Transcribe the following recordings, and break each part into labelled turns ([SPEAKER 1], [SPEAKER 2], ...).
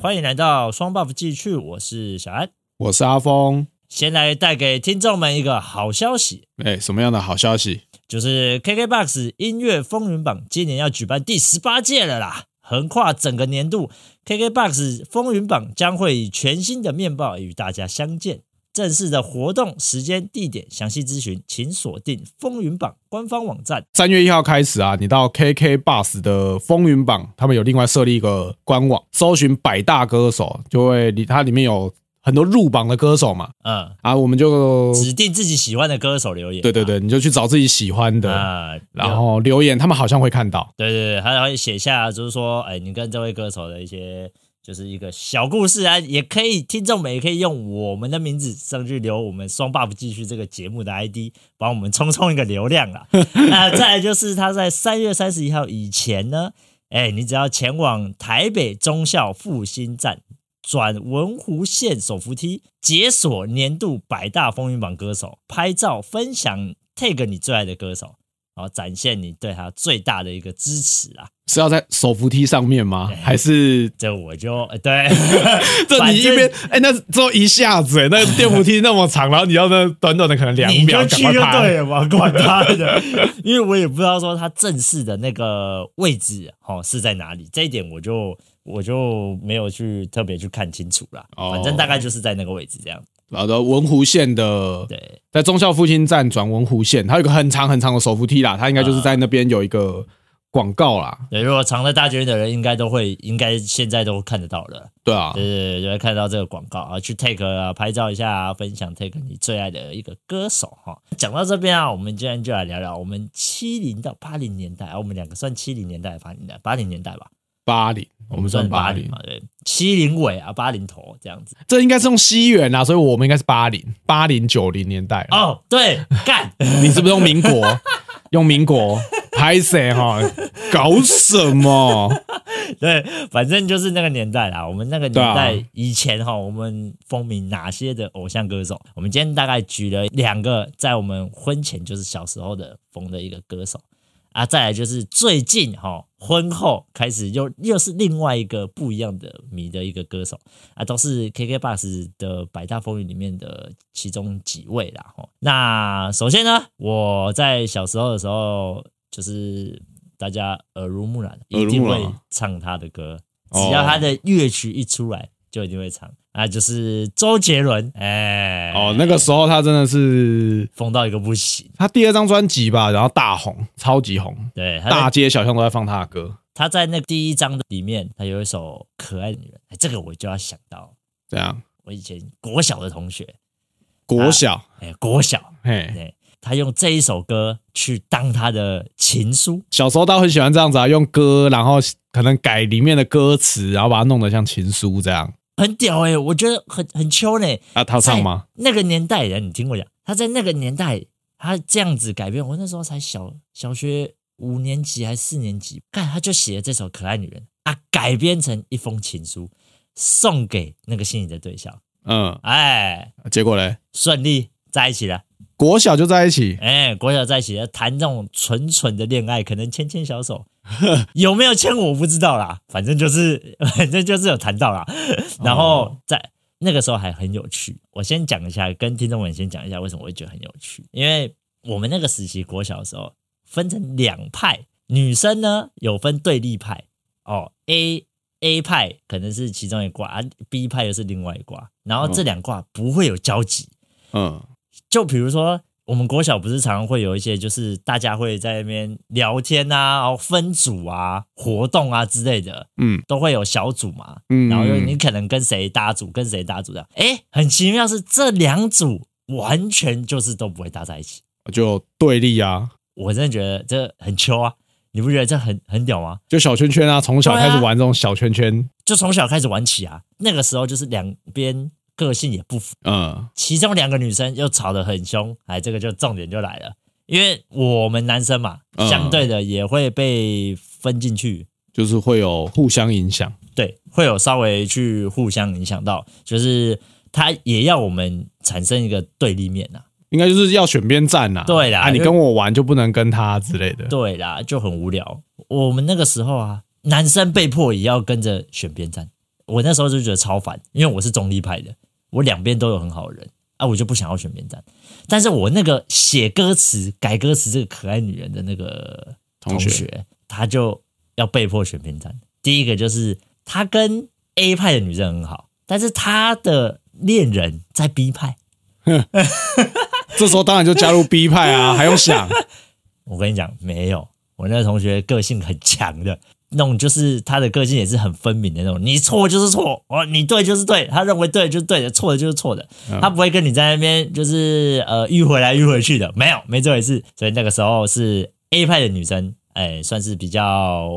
[SPEAKER 1] 欢迎来到双 buff 继续，我是小安。
[SPEAKER 2] 我是阿峰。
[SPEAKER 1] 先来带给听众们一个好消息，
[SPEAKER 2] 哎、什么样的好消息？
[SPEAKER 1] 就是 KKBOX 音乐风云榜今年要举办第十八届了啦！横跨整个年度，KKBOX 风云榜将会以全新的面貌与大家相见。正式的活动时间、地点、详细咨询，请锁定风云榜官方网站。
[SPEAKER 2] 三月一号开始啊，你到 KK Bus 的风云榜，他们有另外设立一个官网，搜寻百大歌手，就会里它里面有很多入榜的歌手嘛。
[SPEAKER 1] 嗯，
[SPEAKER 2] 啊，我们就
[SPEAKER 1] 指定自己喜欢的歌手留言。
[SPEAKER 2] 对对对，你就去找自己喜欢的，
[SPEAKER 1] 啊，
[SPEAKER 2] 然后留言，他们好像会看到。
[SPEAKER 1] 对对对，还会写下，就是说，哎，你跟这位歌手的一些，就是一个小故事啊，也可以，听众们也可以用我们的名字上去留我们双 buff 继续这个节目的 ID，帮我们冲冲一个流量啊。那再来就是他在三月三十一号以前呢，哎，你只要前往台北中校复兴站。转文湖线手扶梯，解锁年度百大风云榜歌手，拍照分享 tag 你最爱的歌手，然后展现你对他最大的一个支持啊！
[SPEAKER 2] 是要在手扶梯上面吗？还是
[SPEAKER 1] 这我就呃对，
[SPEAKER 2] 这
[SPEAKER 1] 反
[SPEAKER 2] 你一
[SPEAKER 1] 正
[SPEAKER 2] 边哎、那只有一下子、哎那电扶梯那么长，然后你要那短短的可能两
[SPEAKER 1] 你
[SPEAKER 2] 秒，
[SPEAKER 1] 就
[SPEAKER 2] 赶
[SPEAKER 1] 去
[SPEAKER 2] 快
[SPEAKER 1] 就
[SPEAKER 2] 爬
[SPEAKER 1] 对了嘛，管他的， 因为我也不知道说他正式的那个位置哦是在哪里，这一点我就我就没有去特别去看清楚啦。
[SPEAKER 2] 哦
[SPEAKER 1] 反正大概就是在那个位置这样。
[SPEAKER 2] 然后文湖线的
[SPEAKER 1] 对，
[SPEAKER 2] 在忠孝复兴站转文湖线，它有一个很长很长的手扶梯啦，它应该就是在那边有一个广告啦，
[SPEAKER 1] 对，如果常在大剧院的人，应该都会，应该现在都看得到了。
[SPEAKER 2] 对啊，
[SPEAKER 1] 对对对，就会看到这个广告啊，去 take 啊，拍照一下啊，分享 take 你最爱的一个歌手哈。讲到这边啊，我们今天就来聊聊我们七零到八零年代啊，我们两个算七零年代、八零年代、八零年代吧，
[SPEAKER 2] 八零，我们算
[SPEAKER 1] 八
[SPEAKER 2] 八零，
[SPEAKER 1] 嘛，对，七零尾啊，八零头这样子。
[SPEAKER 2] 这应该是用西元啊啦，所以我们应该是八零、八零九零年代。
[SPEAKER 1] 哦，对，干，
[SPEAKER 2] 你是不是用民国？用民国拍谁哈？搞什么？
[SPEAKER 1] 对，反正就是那个年代啦。我们那个
[SPEAKER 2] 对
[SPEAKER 1] 年
[SPEAKER 2] 啊
[SPEAKER 1] 代以前哈，我们风靡哪些的偶像歌手？我们今天大概举了两个，在我们婚前就是小时候的风的一个歌手啊，再来就是最近哈婚后开始又又是另外一个不一样的迷的一个歌手啊，都是 KKBOX 的百大风云里面的其中几位啦哈。那首先呢，我在小时候的时候就是。大家耳濡目染，一
[SPEAKER 2] 耳濡
[SPEAKER 1] 定
[SPEAKER 2] 目染
[SPEAKER 1] 会
[SPEAKER 2] 啊
[SPEAKER 1] 唱他的歌，
[SPEAKER 2] 哦
[SPEAKER 1] 只要他的乐曲一出来，就一定会唱啊，就是周杰伦，哎、
[SPEAKER 2] 哦，那个时候他真的是
[SPEAKER 1] 疯到一个不行，
[SPEAKER 2] 他第二张专辑吧，然后大红，超级红，
[SPEAKER 1] 对，他
[SPEAKER 2] 大
[SPEAKER 1] 在
[SPEAKER 2] 街小巷都在放他的歌。
[SPEAKER 1] 他在那第一章的里面，他有一首《可爱的女人》，哎这个我就要想到
[SPEAKER 2] 这样，
[SPEAKER 1] 我以前国小的同学，
[SPEAKER 2] 国小，
[SPEAKER 1] 哎、国小，
[SPEAKER 2] 嘿，
[SPEAKER 1] 对，他用这一首歌去当他的情书，
[SPEAKER 2] 小时候倒很喜欢这样子啊，用歌，然后可能改里面的歌词，然后把它弄得像情书这样。
[SPEAKER 1] 很屌哎、我觉得很很秋呢、
[SPEAKER 2] 啊，他有唱吗？
[SPEAKER 1] 那个年代人，你听我讲，他在那个年代，他这样子改变，我那时候才小小学五年级还是四年级，看他就写了这首《可爱女人》啊，改编成一封情书，送给那个心仪的对象，
[SPEAKER 2] 嗯，
[SPEAKER 1] 哎，
[SPEAKER 2] 结果嘞，
[SPEAKER 1] 顺利在一起了，
[SPEAKER 2] 国小就在一起，
[SPEAKER 1] 哎，国小在一起了，谈这种纯纯的恋爱，可能牵牵小手， 有没有牵我不知道啦，反正就是， 反正就是有谈到啦，然后在那个时候还很有趣。我先讲一下，跟听众们先讲一下为什么我会觉得很有趣，因为我们那个时期国小的时候分成两派，女生呢有分对立派哦，A A 派可能是其中一卦啊，B 派又是另外一卦，然后这两卦不会有交集。
[SPEAKER 2] 嗯，
[SPEAKER 1] 就比如说，我们国小不是常常会有一些，就是大家会在那边聊天啊，然后分组啊、活动啊之类的，
[SPEAKER 2] 嗯，
[SPEAKER 1] 都会有小组嘛。
[SPEAKER 2] 嗯
[SPEAKER 1] 然后就你可能跟谁搭组，跟谁搭组的。哎，很奇妙是这两组完全就是都不会搭在一起。
[SPEAKER 2] 就对立啊，
[SPEAKER 1] 我真的觉得这很秋啊，你不觉得这很很屌吗？
[SPEAKER 2] 就小圈圈啊，从小
[SPEAKER 1] 对啊
[SPEAKER 2] 开始玩这种小圈圈，
[SPEAKER 1] 就从小开始玩起啊，那个时候就是两边个性也不符。
[SPEAKER 2] 嗯，
[SPEAKER 1] 其中两个女生又吵得很凶，哎，这个就重点就来了，因为我们男生嘛，
[SPEAKER 2] 嗯
[SPEAKER 1] 相对的也会被分进去，
[SPEAKER 2] 就是会有互相影响。
[SPEAKER 1] 对，会有稍微去互相影响到，就是他也要我们产生一个对立面啊呐、
[SPEAKER 2] 应该就是要选边站呐、啊，
[SPEAKER 1] 对啦
[SPEAKER 2] 啊，你
[SPEAKER 1] 因为
[SPEAKER 2] 跟我玩就不能跟他之类的，
[SPEAKER 1] 对啦，就很无聊。我们那个时候啊，男生被迫也要跟着选边站。我那时候就觉得超烦，因为我是中立派的，我两边都有很好的人啊，我就不想要选边站。但是我那个写歌词、改歌词这个可爱女人的那个
[SPEAKER 2] 同
[SPEAKER 1] 同
[SPEAKER 2] 学
[SPEAKER 1] 学，她就要被迫选边站。第一个就是她跟 A 派的女生很好，但是她的恋人在 B 派。
[SPEAKER 2] 这时候当然就加入 B 派 啊，还用想？
[SPEAKER 1] 我跟你讲，没有，我那个同学个性很强的，那种就是他的个性也是很分明的那种，你错就是错，哦，你对就是对，他认为对就是对的，错的就是错的，
[SPEAKER 2] 嗯
[SPEAKER 1] 他不会跟你在那边就是呃迂回来迂回去的，没有，没这回事。所以那个时候是 A 派的女生，哎，算是比较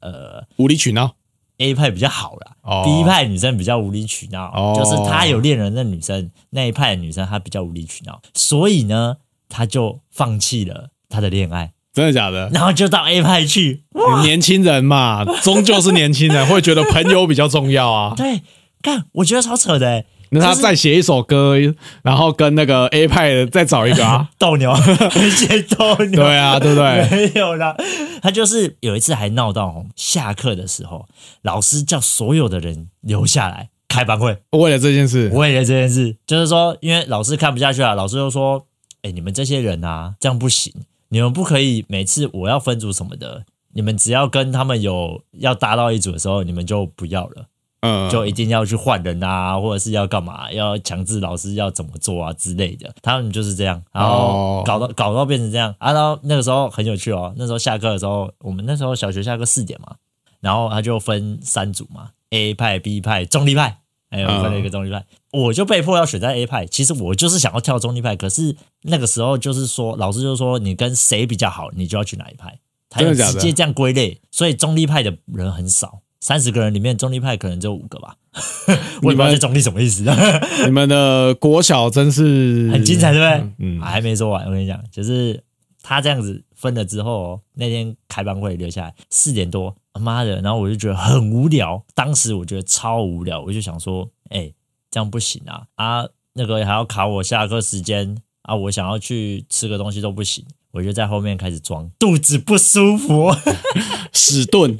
[SPEAKER 1] 呃
[SPEAKER 2] 无理啊取闹
[SPEAKER 1] A 派比较好啦、
[SPEAKER 2] 哦
[SPEAKER 1] b 派女生比较无理取闹，
[SPEAKER 2] 哦
[SPEAKER 1] 就是她有恋人的女生那一派的女生她比较无理取闹，所以呢，她就放弃了她的恋爱。
[SPEAKER 2] 真的假的？
[SPEAKER 1] 然后就到 A 派去。
[SPEAKER 2] 年轻人嘛，终究是年轻人，会觉得朋友比较重要啊。
[SPEAKER 1] 对，干，我觉得超扯的、欸，
[SPEAKER 2] 那他
[SPEAKER 1] 就是，
[SPEAKER 2] 再写一首歌，然后跟那个 A 派的再找一个啊
[SPEAKER 1] 斗牛，而且斗牛，
[SPEAKER 2] 对 啊，对不对？
[SPEAKER 1] 没有啦，他就是有一次还闹到哦下课的时候，老师叫所有的人留下来开班会。
[SPEAKER 2] 为了这件事，
[SPEAKER 1] 我也觉得这件事，就是说，因为老师看不下去了，啊老师就说：“哎、你们这些人啊，这样不行，你们不可以每次我要分组什么的，你们只要跟他们有要搭到一组的时候，你们就不要了。”
[SPEAKER 2] 嗯，
[SPEAKER 1] 就一定要去换人啊，或者是要干嘛，要强制老师要怎么做啊之类的。他们就是这样，然后
[SPEAKER 2] 哦
[SPEAKER 1] 搞到、搞到变成这样啊。然后那个时候很有趣哦，那时候下课的时候，我们那时候小学下课四点嘛，然后他就分三组嘛，A 派、B 派、中立派。哎，我分了一个中立派，
[SPEAKER 2] 嗯
[SPEAKER 1] 我就被迫要选在 A 派。其实我就是想要跳中立派，可是那个时候就是说，老师就说你跟谁比较好，你就要去哪一派。他
[SPEAKER 2] 真
[SPEAKER 1] 有
[SPEAKER 2] 的假
[SPEAKER 1] 直
[SPEAKER 2] 的
[SPEAKER 1] 接这样归类，所以中立派的人很少，三十个人里面中立派可能只有五个吧。 我也不知道这中立什么意思，
[SPEAKER 2] 你们的国小真是
[SPEAKER 1] 很精彩，对不对？
[SPEAKER 2] 嗯
[SPEAKER 1] 啊还没说完，我跟你讲，就是他这样子分了之后、哦，那天开班会留下来四点多，妈的，然后我就觉得很无聊，当时我觉得超无聊，我就想说，哎、这样不行啊啊，那个还要卡我下课时间啊，我想要去吃个东西都不行。我就在后面开始装，肚子不舒服。
[SPEAKER 2] 屎 遁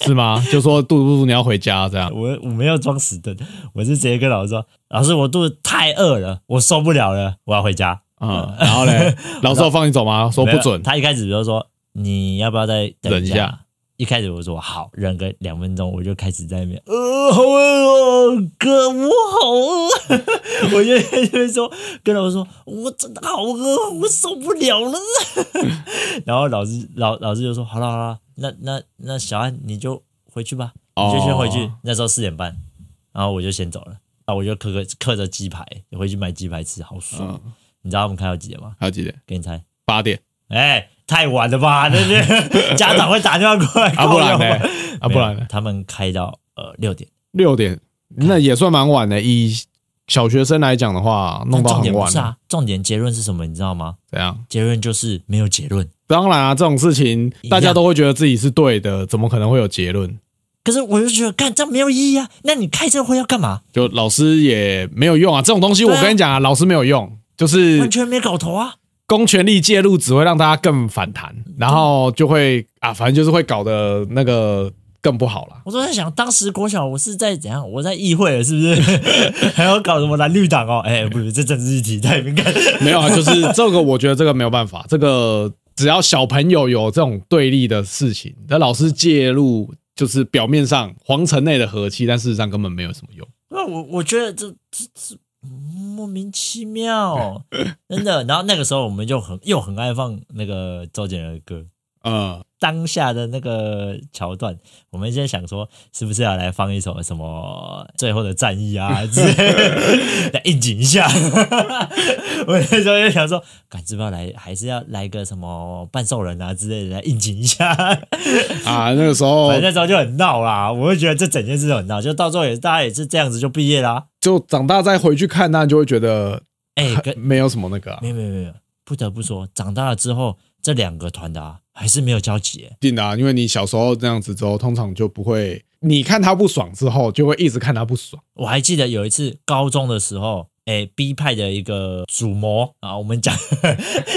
[SPEAKER 2] 是吗？就说杜杜杜你要回家这样，
[SPEAKER 1] 我我 没有装死的，我是直接跟老师说：“老师，我肚子太饿了，我受不了了，我要回家。”
[SPEAKER 2] 嗯，然后 嘞，老师有放你走吗？说
[SPEAKER 1] 呃没
[SPEAKER 2] 不
[SPEAKER 1] 有
[SPEAKER 2] 准，
[SPEAKER 1] 他一开始就说你要不要再等
[SPEAKER 2] 忍一下
[SPEAKER 1] 一开始我说好，忍个两分钟，我就开始在那边，呃，好饿哦，哥，我好饿， 我就在那边说，跟老师说，我真的好饿，我受不了了。 然后老师老老师就说，好了好了，那那那小安你就回去吧，你就先回去。
[SPEAKER 2] 哦
[SPEAKER 1] 那时候四点半，然后我就先走了，啊，我就嗑个嗑着鸡排回去买鸡排吃，好爽。
[SPEAKER 2] 嗯，
[SPEAKER 1] 你知道他们开到几点吗？
[SPEAKER 2] 还有几点？
[SPEAKER 1] 给你猜。
[SPEAKER 2] 八点
[SPEAKER 1] 哎、太晚了吧？ 那是家长会打电话过来，
[SPEAKER 2] 啊，不然呢？啊，
[SPEAKER 1] 没
[SPEAKER 2] 不
[SPEAKER 1] 有
[SPEAKER 2] 然呢？
[SPEAKER 1] 他们开到呃六点，
[SPEAKER 2] 六点，那也算蛮晚的。以小学生来讲的话，
[SPEAKER 1] 但
[SPEAKER 2] 弄到
[SPEAKER 1] 重
[SPEAKER 2] 很
[SPEAKER 1] 点不
[SPEAKER 2] 晚
[SPEAKER 1] 是，啊，重点结论是什么？你知道吗？
[SPEAKER 2] 怎样？
[SPEAKER 1] 结论就是没有结论。
[SPEAKER 2] 当然啊，这种事情
[SPEAKER 1] 一样
[SPEAKER 2] 大家都会觉得自己是对的，怎么可能会有结论？
[SPEAKER 1] 可是我就觉得，干这样没有意义啊！那你开这会要干嘛？
[SPEAKER 2] 就老师也没有用啊，这种东西
[SPEAKER 1] 对
[SPEAKER 2] 我
[SPEAKER 1] 啊
[SPEAKER 2] 跟你讲啊，老师没有用，就是
[SPEAKER 1] 完全没搞头啊！
[SPEAKER 2] 公权力介入只会让大家更反弹，然后就会啊，反正就是会搞得那个更不好啦。
[SPEAKER 1] 我都在想，当时国小我是在怎样？我在议会了，是 不是？还要搞什么蓝绿党哦？哎、不是，这政治议题太敏感。
[SPEAKER 2] 没有啊，就是这个，我觉得这个没有办法，这个只要小朋友有这种对立的事情，那老师介入就是表面上皇城内的和气，但事实上根本没有什么用。
[SPEAKER 1] 那我我觉得这这这莫名其妙，真的。然后那个时候我们就很又很爱放那个周杰伦的歌，
[SPEAKER 2] 嗯，
[SPEAKER 1] 当下的那个桥段，我们现在想说是不是要来放一首什么《最后的战役》啊之类的，来应景一下。 我那时候就想说，感知不要来，还是要来个什么半兽人啊之类的来应景一下。
[SPEAKER 2] 啊，那个时候
[SPEAKER 1] 反正那时候就很闹啦，我就觉得这整件事都很闹，就到最后也大家也是这样子就毕业啦、
[SPEAKER 2] 就长大再回去看，那就会觉得
[SPEAKER 1] 哎、跟
[SPEAKER 2] 没有什么那个、啊
[SPEAKER 1] 没，有没有没有，不得不说，长大了之后，这两个团的、啊、还是没有交集耶。
[SPEAKER 2] 一定的、啊，因为你小时候这样子之后，通常就不会，你看他不爽之后，就会一直看他不爽。
[SPEAKER 1] 我还记得有一次高中的时候，哎，B 派的一个主模啊，我们 讲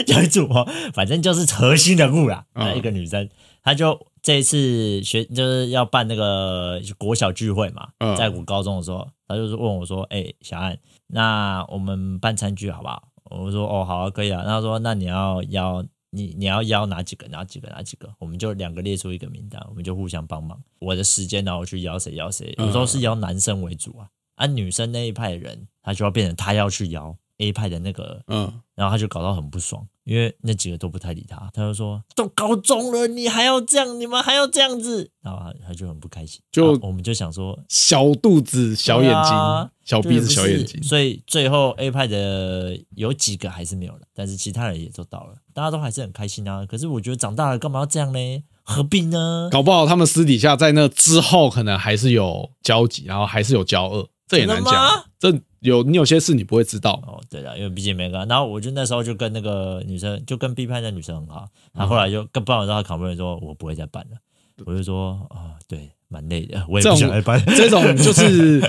[SPEAKER 1] 讲主模，反正就是核心人物啦，
[SPEAKER 2] 嗯
[SPEAKER 1] 一个女生，她就这一次学就是要办那个国小聚会嘛，
[SPEAKER 2] 嗯
[SPEAKER 1] 在我高中的时候，他就是问我说：“哎、小安，那我们办餐具好不好？”我说：“哦，好啊，可以啊。”他说：“那你要邀你你要邀哪几个？哪几个？哪几个？我们就两个列出一个名单，我们就互相帮忙。我的时间然后去邀谁邀谁，有时候是邀男生为主啊，按、女生那一派的人，他就要变成他要去邀 A 派的那个
[SPEAKER 2] 嗯，
[SPEAKER 1] 然后他就搞到很不爽，因为那几个都不太理他，他就说都高中了，你还要这样，你们还要这样子，然后他他就很不开心。
[SPEAKER 2] 就
[SPEAKER 1] 啊我们就想说，
[SPEAKER 2] 小肚子、小眼睛、
[SPEAKER 1] 对啊
[SPEAKER 2] 小哦鼻
[SPEAKER 1] 就
[SPEAKER 2] 子、
[SPEAKER 1] 是
[SPEAKER 2] 小
[SPEAKER 1] 不是
[SPEAKER 2] 眼睛，
[SPEAKER 1] 所以最后 A 派的有几个还是没有了，但是其他人也都到了，大家都还是很开心啊。可是我觉得长大了干嘛要这样呢？何必呢？
[SPEAKER 2] 搞不好他们私底下在那之后可能还是有交集，然后还是有交恶，这也难
[SPEAKER 1] 真的
[SPEAKER 2] 讲
[SPEAKER 1] 吗。
[SPEAKER 2] 这有你有些事你不会知道，
[SPEAKER 1] 哦，对了，因为毕竟没跟，然后我就那时候就跟那个女生，就跟 B 派那女生很好，然后后来就跟办完之后，考问说我不会再办了，我就说啊、对，蛮累的，我也不
[SPEAKER 2] 这种
[SPEAKER 1] 想再办。
[SPEAKER 2] 这种就是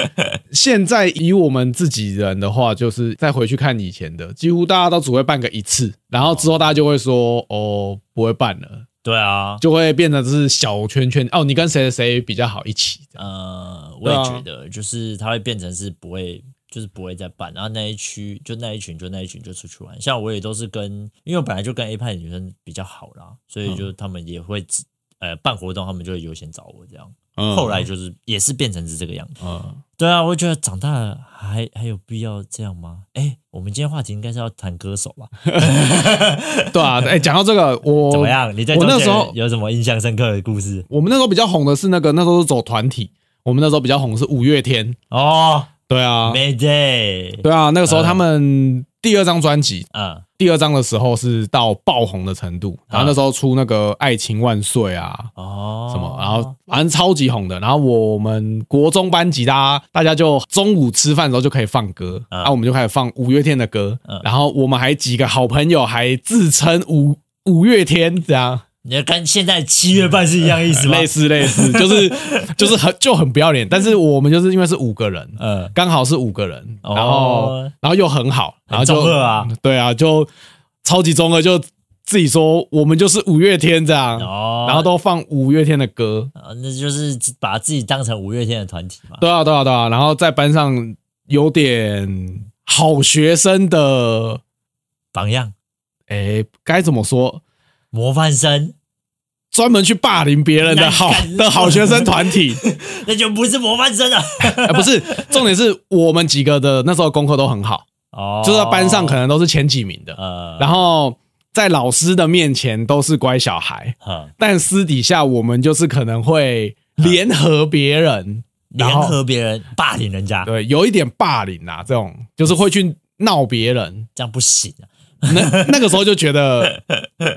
[SPEAKER 2] 现在以我们自己人的话，就是再回去看以前的，几乎大家都只会办个一次，然后之后大家就会说哦不会办了，
[SPEAKER 1] 对啊，
[SPEAKER 2] 就会变成是小圈圈哦，你跟谁谁比较好一起这样
[SPEAKER 1] 呃，我
[SPEAKER 2] 对
[SPEAKER 1] 也
[SPEAKER 2] 啊
[SPEAKER 1] 觉得，就是它会变成是不会，就是不会再办，然后那一区就那一群就那一群就出去玩。像我也都是跟，因为我本来就跟 A 派的女生比较好啦，所以
[SPEAKER 2] 嗯
[SPEAKER 1] 就他们也会只、呃办活动，他们就会优先找我这样。
[SPEAKER 2] 嗯
[SPEAKER 1] 后来就是也是变成是这个样子。
[SPEAKER 2] 嗯，
[SPEAKER 1] 对啊，我觉得长大了还还有必要这样吗？哎，我们今天话题应该是要谈歌手吧？
[SPEAKER 2] 对啊，哎，讲到这个，我
[SPEAKER 1] 怎么样？你对
[SPEAKER 2] 我那
[SPEAKER 1] 周杰
[SPEAKER 2] 时
[SPEAKER 1] 伦
[SPEAKER 2] 候
[SPEAKER 1] 有什么印象深刻的故事？
[SPEAKER 2] 我们那时候比较红的是那个，那时候是走团体，我们那时候比较红的是五月天，
[SPEAKER 1] 哦
[SPEAKER 2] 对啊，
[SPEAKER 1] ，Mayday，
[SPEAKER 2] 对啊，那个时候他们第二张专辑，
[SPEAKER 1] 嗯，
[SPEAKER 2] 第二张的时候是到爆红的程度，然后那时候出那个《爱情万岁》啊。
[SPEAKER 1] 哦，
[SPEAKER 2] 什么？然后反正超级红的。然后我们国中班级，大家大家就中午吃饭的时候就可以放歌，
[SPEAKER 1] 嗯
[SPEAKER 2] 然后我们就开始放五月天的歌。然后我们还几个好朋友还自称五五月天，这样
[SPEAKER 1] 你要跟现在七月半是一样意思吗？
[SPEAKER 2] 嗯类似类似， 就是就是很就很不要脸。但是我们就是因为是五个人，
[SPEAKER 1] 呃，
[SPEAKER 2] 刚好是五个人，
[SPEAKER 1] 哦
[SPEAKER 2] 然后、然后又很好，然后就
[SPEAKER 1] 很中二啊，
[SPEAKER 2] 对啊，就超级中二，就自己说我们就是五月天这样，
[SPEAKER 1] 哦，
[SPEAKER 2] 然后都放五月天的歌，
[SPEAKER 1] 啊那就是把自己当成五月天的团体嘛。
[SPEAKER 2] 对啊对啊对啊，然后在班上有点好学生的，
[SPEAKER 1] 榜样、
[SPEAKER 2] 哎，该怎么说？
[SPEAKER 1] 模范生，
[SPEAKER 2] 专门去霸凌别人的好
[SPEAKER 1] 那你敢
[SPEAKER 2] 的好学生团体，
[SPEAKER 1] 那就不是模范生了。
[SPEAKER 2] 哎不是重点是我们几个的那时候功课都很好，
[SPEAKER 1] 哦，
[SPEAKER 2] 就是在班上可能都是前几名的，
[SPEAKER 1] 呃，
[SPEAKER 2] 然后在老师的面前都是乖小孩，
[SPEAKER 1] 哼
[SPEAKER 2] 但私底下我们就是可能会联合别人，然
[SPEAKER 1] 联
[SPEAKER 2] 后
[SPEAKER 1] 合别人霸凌人家，
[SPEAKER 2] 对，有一点霸凌啊，这种就是会去闹别人。
[SPEAKER 1] 这样不行 啊。
[SPEAKER 2] 那那个时候就 觉得，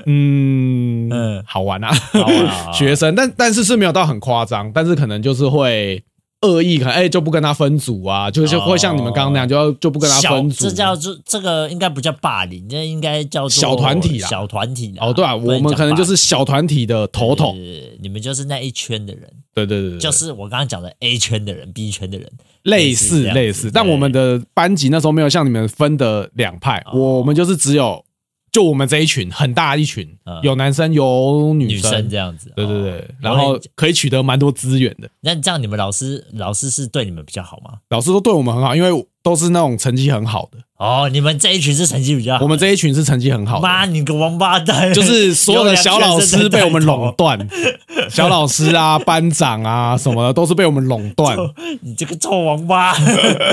[SPEAKER 2] 嗯
[SPEAKER 1] 嗯，
[SPEAKER 2] 好 玩啊，
[SPEAKER 1] 玩好玩
[SPEAKER 2] 学生，但但是是没有到很夸张，但是可能就是会。恶意可能哎、就不跟他分组啊，就是
[SPEAKER 1] 哦
[SPEAKER 2] 会像你们刚刚那样，就要就不跟他
[SPEAKER 1] 小
[SPEAKER 2] 分组。
[SPEAKER 1] 这叫做这个应该不叫霸凌，这应该叫做
[SPEAKER 2] 小团体啊
[SPEAKER 1] 小团体啦
[SPEAKER 2] 哦，对啊，
[SPEAKER 1] 不
[SPEAKER 2] 我
[SPEAKER 1] 能
[SPEAKER 2] 们
[SPEAKER 1] 讲
[SPEAKER 2] 可能就
[SPEAKER 1] 霸
[SPEAKER 2] 是小团体的头
[SPEAKER 1] 凌
[SPEAKER 2] 头。
[SPEAKER 1] 是你们就是那一圈的人，
[SPEAKER 2] 对对对对，
[SPEAKER 1] 就
[SPEAKER 2] 对
[SPEAKER 1] 是我刚刚讲的 A 圈的人、B 圈的人，
[SPEAKER 2] 类
[SPEAKER 1] 类似
[SPEAKER 2] 似
[SPEAKER 1] 这样子
[SPEAKER 2] 类似，
[SPEAKER 1] 对
[SPEAKER 2] 但我们的班级那时候没有像你们分的两派，
[SPEAKER 1] 哦
[SPEAKER 2] 我们就是只有就我们这一群很大一群
[SPEAKER 1] 嗯，
[SPEAKER 2] 有男生有女
[SPEAKER 1] 女生
[SPEAKER 2] 生
[SPEAKER 1] 这，样子。
[SPEAKER 2] 对对
[SPEAKER 1] 哦
[SPEAKER 2] 对，然后可以取得蛮多资源的。
[SPEAKER 1] 那这样你们老师老师是对你们比较好吗？
[SPEAKER 2] 老师都对我们很好，因为都是那种成绩很好的，
[SPEAKER 1] 哦，你们这一群是成绩比较好。
[SPEAKER 2] 我们这一群是成绩很好
[SPEAKER 1] 啊妈，
[SPEAKER 2] 的，
[SPEAKER 1] 你个王八蛋！
[SPEAKER 2] 就是所有的小老师被我们垄断，小老师啊、班长啊什么的都是被我们垄 断。
[SPEAKER 1] 你这个臭王八！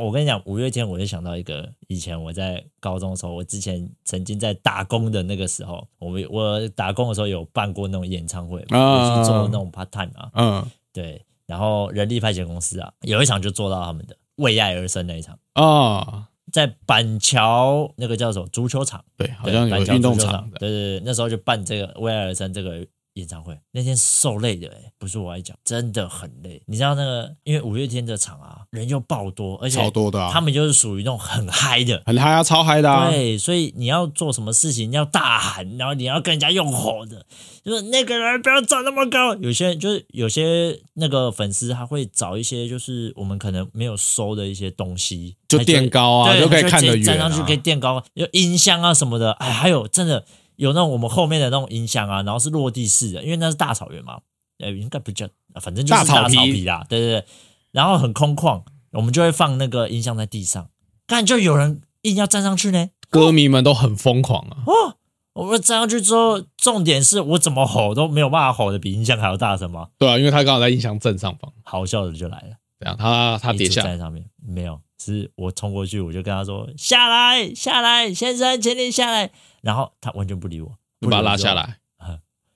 [SPEAKER 1] 我跟你讲，五月天我就想到一个，以前我在高中的时候，我之前曾经在打工的那个时候，我们我打工的时候有办过那种演唱会，
[SPEAKER 2] 啊
[SPEAKER 1] 我去做那种 part time 啊，
[SPEAKER 2] 嗯
[SPEAKER 1] 对，然后人力派遣公司啊，有一场就做到他们的为爱而生那一场，
[SPEAKER 2] 啊，
[SPEAKER 1] 在板桥那个叫什么足球场。
[SPEAKER 2] 对，好
[SPEAKER 1] 对
[SPEAKER 2] 像有
[SPEAKER 1] 板桥
[SPEAKER 2] 运动
[SPEAKER 1] 足球
[SPEAKER 2] 场的，
[SPEAKER 1] 对对对，那时候就办这个威尔森这个演唱会，那天受累的、欸，不是我来讲，真的很累。你知道那个，因为五月天的场啊，人又爆多，而且
[SPEAKER 2] 超多的啊
[SPEAKER 1] 他们就是属于那种很嗨的。
[SPEAKER 2] 很嗨啊，超嗨的啊。
[SPEAKER 1] 对，所以你要做什么事情，你要大喊，然后你要跟人家用吼的，就是那个人不要长那么高。有些人就是有些那个粉丝，他会找一些就是我们可能没有收的一些东西，他
[SPEAKER 2] 就
[SPEAKER 1] 会
[SPEAKER 2] 垫高啊，
[SPEAKER 1] 对，
[SPEAKER 2] 就可以
[SPEAKER 1] 它
[SPEAKER 2] 看
[SPEAKER 1] 直
[SPEAKER 2] 得
[SPEAKER 1] 接站
[SPEAKER 2] 远、啊。
[SPEAKER 1] 上去可以垫高，有音箱啊什么的，哎，还有真的有那种我们后面的那种音箱啊，然后是落地式的，因为那是大草原嘛，呃，应该不叫，反正就是
[SPEAKER 2] 大
[SPEAKER 1] 大
[SPEAKER 2] 草
[SPEAKER 1] 草
[SPEAKER 2] 皮
[SPEAKER 1] 皮啦，对对对，然后很空旷，我们就会放那个音箱在地上，但就有人硬要站上去呢，
[SPEAKER 2] 歌迷们都很疯狂啊，
[SPEAKER 1] 哦，我们站上去之后，重点是我怎么吼都没有办法吼的比音箱还要大声吗？
[SPEAKER 2] 对啊，因为他刚好在音箱正上方，
[SPEAKER 1] 好笑的就来了，
[SPEAKER 2] 这样他他
[SPEAKER 1] 一
[SPEAKER 2] 跌
[SPEAKER 1] 直
[SPEAKER 2] 下
[SPEAKER 1] 站在上面，没有，是我冲过去，我就跟他说下来下来，先生，请你下来，然后他完全不理我，
[SPEAKER 2] 你把他拉下
[SPEAKER 1] 来。
[SPEAKER 2] 来，